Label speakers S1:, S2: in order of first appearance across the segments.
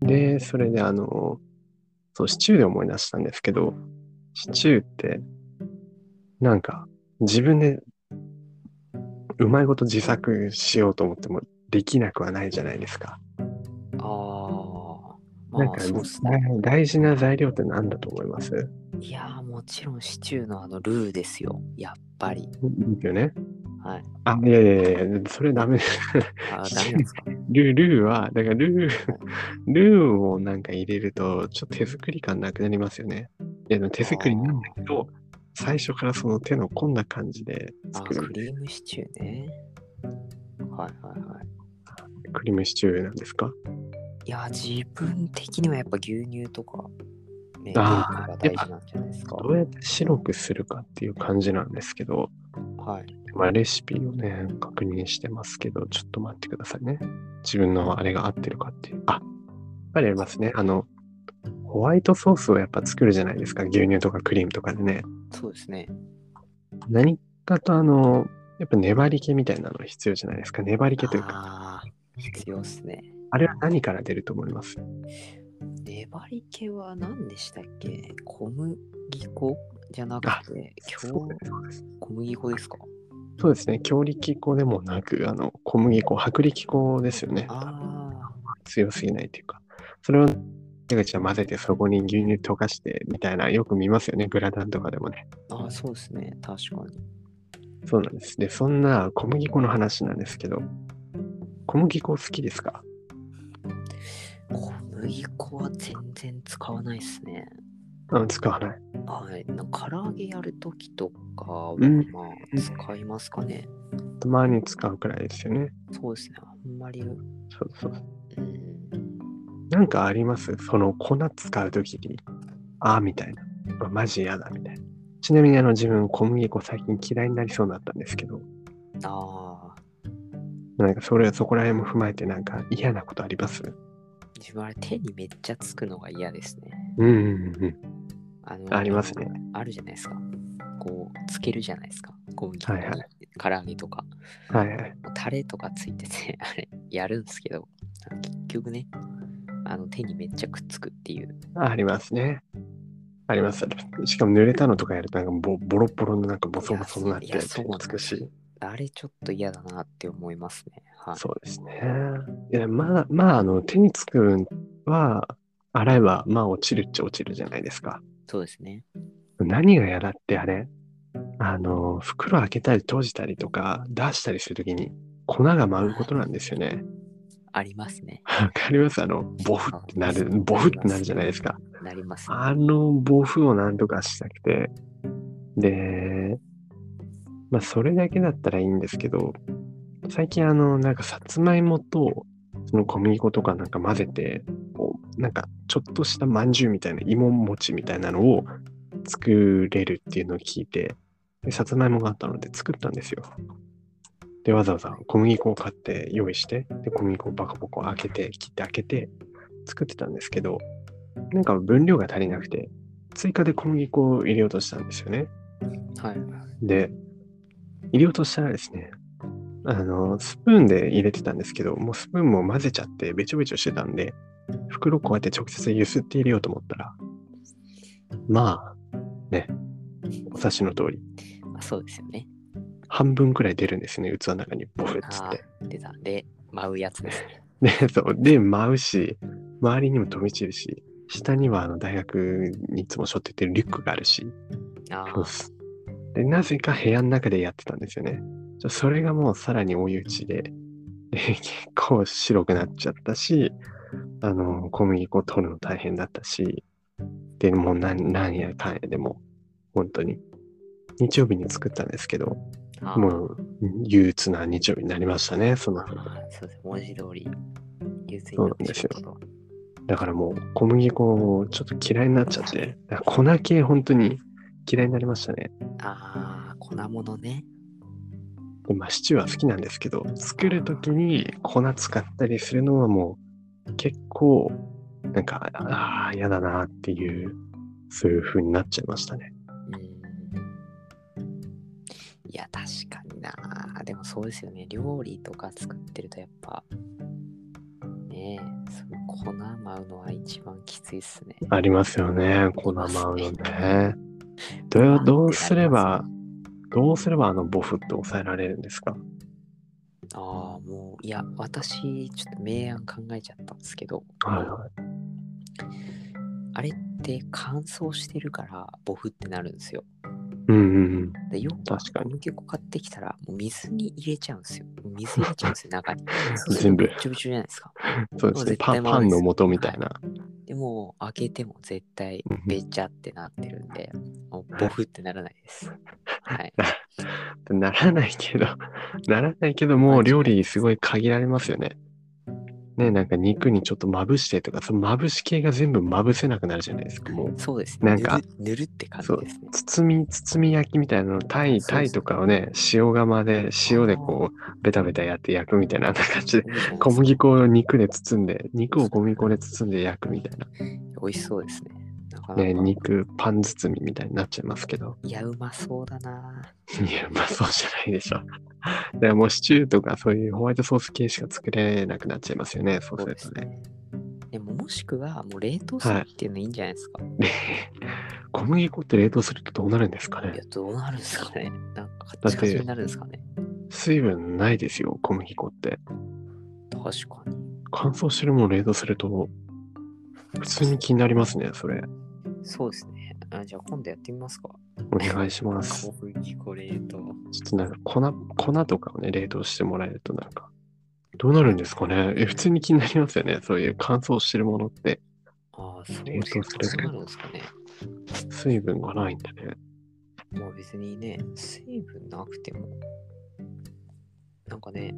S1: で、それであの、そう、シチューで思い出したんですけど、シチューって、なんか、自分で、うまいこと自作しようと思ってもできなくはないじゃないですか。
S2: ああ。
S1: な
S2: ま
S1: ん
S2: あ、
S1: か、
S2: そうっすね。
S1: 大大事な材料って何だと思います
S2: いやー、もちろんシチューのあのルーですよ。やっぱり。
S1: ですよね。
S2: はい。
S1: あ、いやいやいやいや、それダメです。
S2: あー、ダメなんですか。
S1: ルー、ルーは、だからルー、ルーをなんか入れると、ちょっと手作り感なくなりますよね。いや、でも手作りなんだけど、最初からその手の込んだ感じで
S2: あー、
S1: 作
S2: ク
S1: る
S2: リームシチューね。はいはいはい。
S1: クリームシチューなんですか
S2: いや、自分的にはやっぱ牛乳とか、ね、ベ
S1: あ
S2: ー
S1: ー
S2: コンが大事なんじゃないですか。
S1: どうやって白くするかっていう感じなんですけど、
S2: はい。
S1: まあ、レシピをね、確認してますけど、ちょっと待ってくださいね。自分のあれが合ってるかっていう。あ、やっぱりありますね。あの、ホワイトソースをやっぱ作るじゃないですか。牛乳とかクリームとかでね。
S2: そうですね。
S1: 何かとあの、やっぱ粘り気みたいなの必要じゃないですか。粘り気というか、
S2: ああ、必要っすね。
S1: あれは何から出ると思います
S2: 粘り気は何でしたっけ小麦粉じゃな
S1: あ
S2: くて、
S1: そう
S2: 強
S1: ですそうです。
S2: 小麦粉ですか
S1: そうですね。強力粉でもなく、あの、小麦粉、薄力粉ですよね。
S2: あ
S1: 強すぎないというか、それを手口は混ぜてそこに牛乳溶かしてみたいな、よく見ますよね、グラタンとかでもね。
S2: ーあー、そうですね。確かに。
S1: そうなんです。で、そんな小麦粉の話なんですけど、小麦粉好きですか
S2: 小麦粉は全然使わないですね。
S1: あ使わない。
S2: はい。なんか唐揚げやるときとかは、
S1: うん
S2: まあ、使いますかね。
S1: たまに使うくらいですよね。
S2: そうですね。あんまり、う
S1: そうそう。
S2: ん、
S1: なんかありますその粉使うときに、ああ、みたいな。あマジ嫌だ、みたいな。ちなみにあの自分小麦粉最近嫌いになりそうになったんですけど、
S2: ああ、
S1: なんかそれそこら辺も踏まえてなんか嫌なことあります
S2: 自分あれ手にめっちゃつくのが嫌ですね。
S1: うんうんうん。
S2: あの
S1: ありますね。
S2: あるじゃないですか。こう、つけるじゃないですか。小麦粉
S1: はい
S2: に、
S1: はい
S2: 唐揚げとか。
S1: はいはい。
S2: タレとかついてて、 あれ、やるんですけど、結局ね、あの手にめっちゃくっつくっていう。
S1: ありますね。あります。しかも濡れたのとかやると、なんかボボロボロのなんかボソボソになって
S2: いやそういやそうなん
S1: 手つくし。
S2: あれちょっと嫌だなって思いますね。はい。
S1: そうですね。いや、まあ、まあ、あの、手につくんは、洗えば、まあ、落ちるっちゃ落ちるじゃないですか。
S2: そうですね。
S1: 何が嫌だってあれ、あの、袋開けたり閉じたりとか、出したりするときに、粉が舞うことなんですよね。
S2: ありますね。
S1: わかりますあの、ボフってなる、ボフってなるじゃないですか。
S2: なりますね。
S1: あの暴風をなんとかしたくて、で、まあそれだけだったらいいんですけど、最近あの、なんかさつまいもと、その小麦粉とかなんか混ぜて、こう、なんかちょっとしたまんじゅうみたいな、芋餅みたいなのを作れるっていうのを聞いて、でさつまいもがあったので作ったんですよ。で、わざわざ小麦粉を買って用意して、で、小麦粉をバカバカ開けて、切って開けて、作ってたんですけど、なんか分量が足りなくて、追加で小麦粉を入れようとしたんですよね。
S2: はい。
S1: で、入れようとしたらですね、あの、スプーンで入れてたんですけど、もうスプーンも混ぜちゃってべちょべちょしてたんで、袋こうやって直接揺すって入れようと思ったら、まあ、ね、お察しの通り、
S2: あそうですよね。
S1: 半分くらい出るんですよね、器の中にボフっつっ
S2: あ
S1: て。
S2: ー出た。で、舞うやつですね。
S1: で、そう、で、舞うし、周りにも飛び散るし、下にはあの大学にいつも背負ってってるリュックがあるし、
S2: あ
S1: そうっ
S2: ー
S1: す。で、なぜか部屋の中でやってたんですよね。ちょそれがもうさらに追い打ちで、で結構白くなっちゃったし、あの、小麦粉取るの大変だったし、で、もう何何やかんやでも、本当に。日曜日に作ったんですけど、
S2: あー。
S1: もう憂鬱な日曜日になりましたね、その
S2: あ。ーそうです。文字通り、優先
S1: そうなんですよだからもう小麦粉をちょっと嫌いになっちゃって、だから粉系本当に嫌いになりましたね。
S2: ああ、粉物ね。
S1: でまあ、シチューは好きなんですけど、作るときに粉使ったりするのはもう結構、なんか、ああ、嫌だなっていう、そういう風になっちゃいましたね。
S2: うんいや、確かにな。でもそうですよね。料理とか作ってるとやっぱ、ねねえ、その粉舞うのは一番きついっすね。
S1: ありますよね。粉舞うのね。どうどうすれば、どうすればあのボフって抑えられるんですか
S2: ああ、もう、いや、私、ちょっと明暗考えちゃったんですけど、
S1: はいはい。
S2: あれって乾燥してるから、ボフってなるんですよ。
S1: うんうん
S2: で、よく
S1: 確かに
S2: 小麦粉買ってきたら、もう水に入れちゃうんですよ。もう水入れちゃうんで すよ、中に。
S1: うん。全部
S2: び。ちょびちょじゃないですか。
S1: そうです
S2: もう
S1: ね。
S2: 絶対
S1: パン
S2: ま
S1: パ
S2: ず
S1: ン
S2: いです
S1: の元みたいな。
S2: でも、開けても絶対
S1: うん
S2: べちゃってなってるんで、もうボフってならないです。 はい。
S1: ならないけど、ならないけど、もう料理すごい限られますよね。ね、なんか肉にちょっとまぶしてとか、そのまぶし系が全部まぶせなくなるじゃないですか。もう、
S2: そうですね。
S1: なんか
S2: ぬるぬるって感じですね。
S1: 包み、包み焼きみたいなの、タイ、
S2: そうそう
S1: タイとかをね、塩釜で、塩でこう、ベタベタやって焼くみたいなあんな感じで、小麦粉を肉で包んで、肉を小麦粉で包んで焼くみたいな。
S2: 美味しそうですね。なかなか
S1: ね、肉、パン包みみたいになっちゃいますけど。
S2: いや、うまそうだな。
S1: いや、まあそうじゃないでしょ。 だからもうシチューとかそういうホワイトソース系しか作れなくなっちゃいますよね、そうす
S2: そう
S1: る
S2: で
S1: と
S2: す
S1: ね。
S2: ね。でも、もしくは、もう冷凍するっていうのいいんじゃないですか。
S1: 小麦粉って冷凍するとどうなるんですか
S2: い、
S1: ね
S2: や、どうなるんですかね。 なんか、カッチカチになるんですかね。
S1: 水分ないですよ、小麦粉って。
S2: 確かに。
S1: 乾燥してるもの冷凍すると、普通に気になりますね、それ。
S2: そうですね。あじゃあ、今度やってみますか。
S1: お願いします。
S2: 小麦粉冷凍。
S1: ちょっとなんか粉、粉とかをね、冷凍してもらえるとなんか、どうなるんですかねえ普通に気になりますよね、そういう乾燥してるものって。
S2: ああ、そう
S1: 冷凍する
S2: そうなるんですかね。
S1: 水分がないんでね。
S2: まあ別にね、水分なくても、なんかね、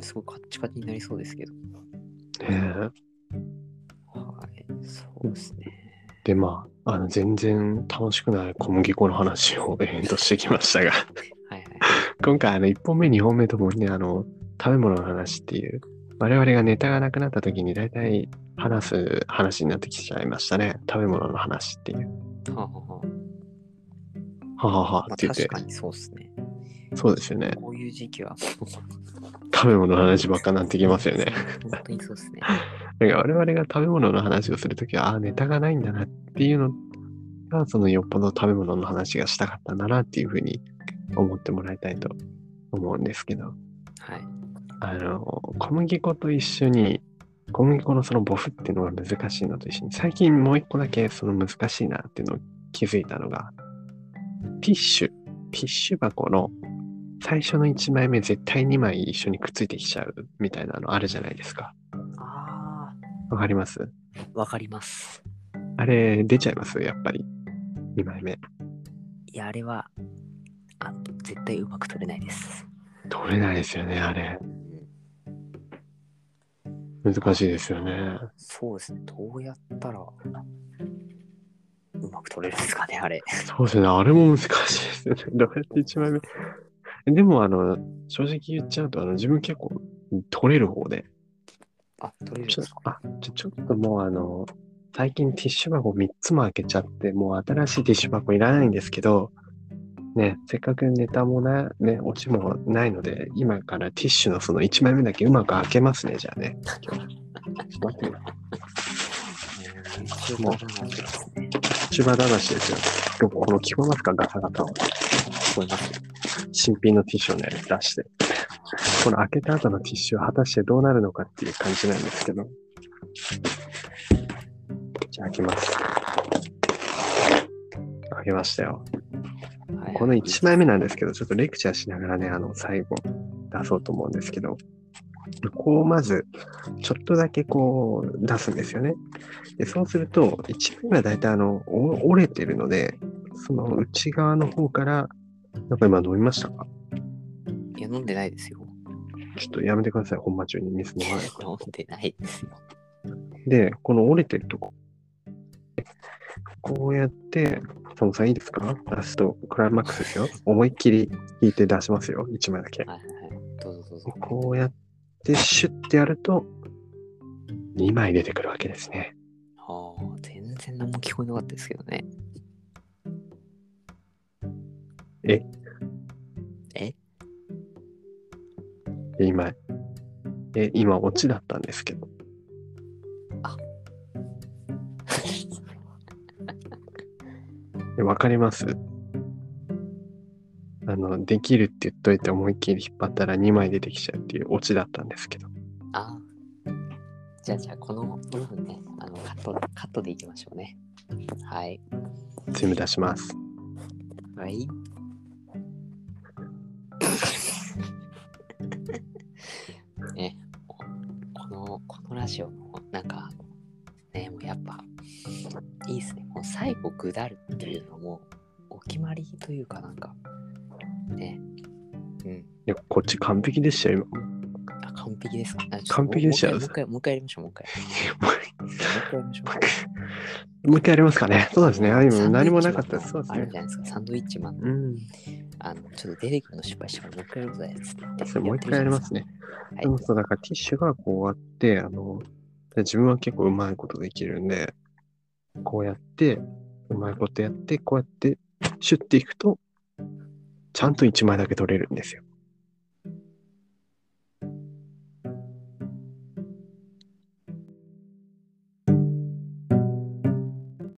S2: すごいカッチカチになりそうですけど。
S1: ねえ
S2: はい、そうですね。
S1: でまあ、あの全然楽しくない小麦粉の話を延々としてきましたが
S2: はいはい。
S1: 今回あの1本目2本目ともにねあの食べ物の話っていう我々がネタがなくなった時に大体話す話になってきちゃいましたね食べ物の話っていう
S2: はあ、は
S1: ははは
S2: あ、
S1: は
S2: まあ
S1: って言って
S2: 確かにそうですね。
S1: そうですよね
S2: こういう時期は、
S1: 食べ物の話ばっかなってきますよね
S2: 本当にそうですね。
S1: だから我々が食べ物の話をするときはああネタがないんだなっていうのがそのよっぽど食べ物の話がしたかったんだなっていうふうに思ってもらいたいと思うんですけど
S2: はい。
S1: あの小麦粉と一緒に小麦粉のそのボフっていうのが難しいのと一緒に最近もう一個だけその難しいなっていうのを気づいたのがティッシュティッシュ箱の最初の1枚目絶対2枚一緒にくっついてきちゃうみたいなのあるじゃないですか
S2: あ
S1: わかります
S2: あ、わかります。
S1: あれ出ちゃいますやっぱり2枚目
S2: いや、あれは、あ絶対うまく取れないです。
S1: 取れないですよねあれ
S2: うん
S1: 難しいですよね
S2: そうですね。どうやったら、うまく取れるんですかね、あれ。
S1: そうですね、あれも難しいですね。 どうやって1枚目。でも、あの、正直言っちゃうと、あの自分結構取れる方で、
S2: あ、取れるん
S1: ち
S2: で
S1: ょっ
S2: す
S1: と
S2: か、
S1: あちょちょっともう、あの、最近ティッシュ箱3つも開けちゃって、もう新しいティッシュ箱いらないんですけど、ね、せっかくネタもな、ね、オチもないので、今からティッシュのその1枚目だけうまく開けますね、じゃあね。 ちょっと待ってね、
S2: もう一応取れないですね。
S1: 千葉話ですよ。今日この聞こえますか、ガタガタを。
S2: 聞こえます
S1: 新品のティッシュをね、出して。この開けた後のティッシュは果たしてどうなるのかっていう感じなんですけど。じゃあ開けます。開けましたよ。
S2: はい
S1: この1枚目なんですけど、ちょっとレクチャーしながらね、あの、最後出そうと思うんですけど、こうまず、ちょっとだけこう出すんですよね。で、そうすると、1枚目は大体あの、お折れてるので、その内側の方から、なんか今飲みましたか
S2: いや、飲んでないですよ。
S1: ちょっとやめてください、本番中に水飲まないか
S2: 飲んでないですよ。
S1: ら。で、この折れてるとこ、こうやって、サムさんいいですか出すと、クライマックスですよ。思いっきり引いて出しますよ、1枚だけ。
S2: はいはいはい。どうぞどうぞ。
S1: こうやって、シュッてやると、2枚出てくるわけですね。
S2: ああ、全然何も聞こえなかったですけどね。
S1: え
S2: え
S1: で今、え、今、オチだったんですけど、 えわかりますあの、できるって言っといて思いっきり引っ張ったら2枚出てきちゃうっていうオチだったんですけど。
S2: ああ。じゃあ、じゃあ、この部分ね、あのカット、カットでいきましょうね。はい。
S1: 全部出します。
S2: はい。 ね、この、このラジオの、なんか、ね、もうやっぱ、いいっすね。もう最後、ぐだるっていうのも、お決まりというかなんか、ね、うん、
S1: いや、こっち完璧でしたよ、
S2: あ、完璧ですか。あちょっと
S1: 完璧でしたよ
S2: もうもう一回、もう一回やりましょう、もう一 回。
S1: 今。
S2: もう一回やりましょう。
S1: もう一回やりますかね。そうですね。あ、
S2: サ
S1: 今
S2: ンドイッチマン
S1: 何もなかったです。そうです
S2: ある
S1: ね。
S2: じゃないですか、サンドイッチマンの。
S1: うん。
S2: あの、ちょっと出てくるの失敗したから、もう一回やるぞやつって。
S1: それもう一回やりますね。
S2: はい。
S1: そうそう、だからティッシュがこうあって、あの、で自分は結構うまいことできるんで、こうやって、うまいことやって、こうやって、シュッていくと、ちゃんと1枚だけ取れるんですよ。